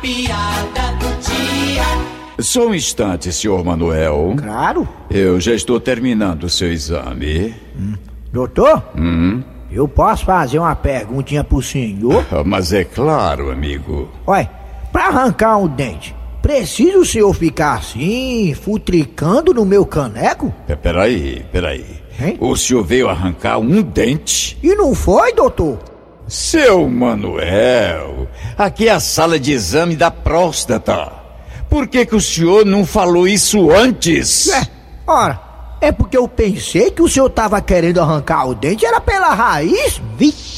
piada do dia. Só um instante, senhor Manuel. Claro. Eu já estou terminando o seu exame. Doutor, Hum? eu posso fazer uma perguntinha pro senhor? Ah, Mas é claro, amigo. Olha, pra arrancar um dente, precisa o senhor ficar assim, futricando no meu caneco? É, Peraí, peraí. Hein? O senhor veio arrancar um dente? E não foi, doutor? Seu Manuel, aqui é a sala de exame da próstata. Por que, que o senhor não falou isso antes? É, ora, é porque eu pensei que o senhor tava querendo arrancar o dente, era pela raiz? Vixe!